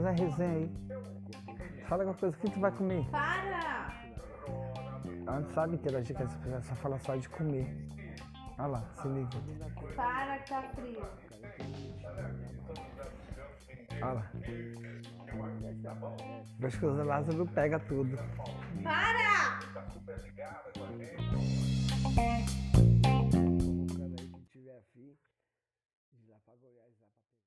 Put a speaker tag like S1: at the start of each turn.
S1: na resenha aí. Fala alguma coisa, o que tu vai comer?
S2: Para!
S1: Ela não sabe interagir com essa pessoa, ela só fala só de comer. Olha lá, se liga.
S2: Para que tá frio.
S1: Olha lá. Acho que o Lázaro pega tudo.
S2: Para!
S3: né? tiver afim, de ir lá pra Goiás, lá pra